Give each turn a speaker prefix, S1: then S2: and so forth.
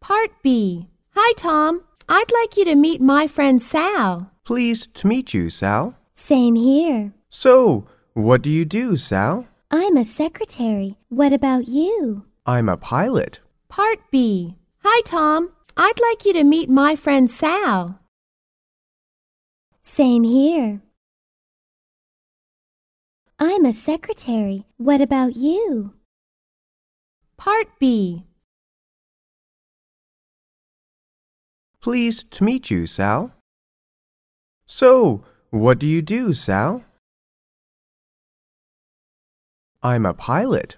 S1: Part B. Hi, Tom. I'd like you to meet my friend Sal.
S2: Pleased to meet you, Sal.
S3: Same here.
S2: So, what do you do, Sal?
S3: I'm a secretary. What about you?
S2: I'm a pilot.
S1: Part B. Hi, Tom. I'd like you to meet my friend Sal.
S3: Same here. I'm a secretary. What about you?
S1: Part B.
S2: Pleased to meet you, Sal. So, what do you do, Sal? I'm a pilot.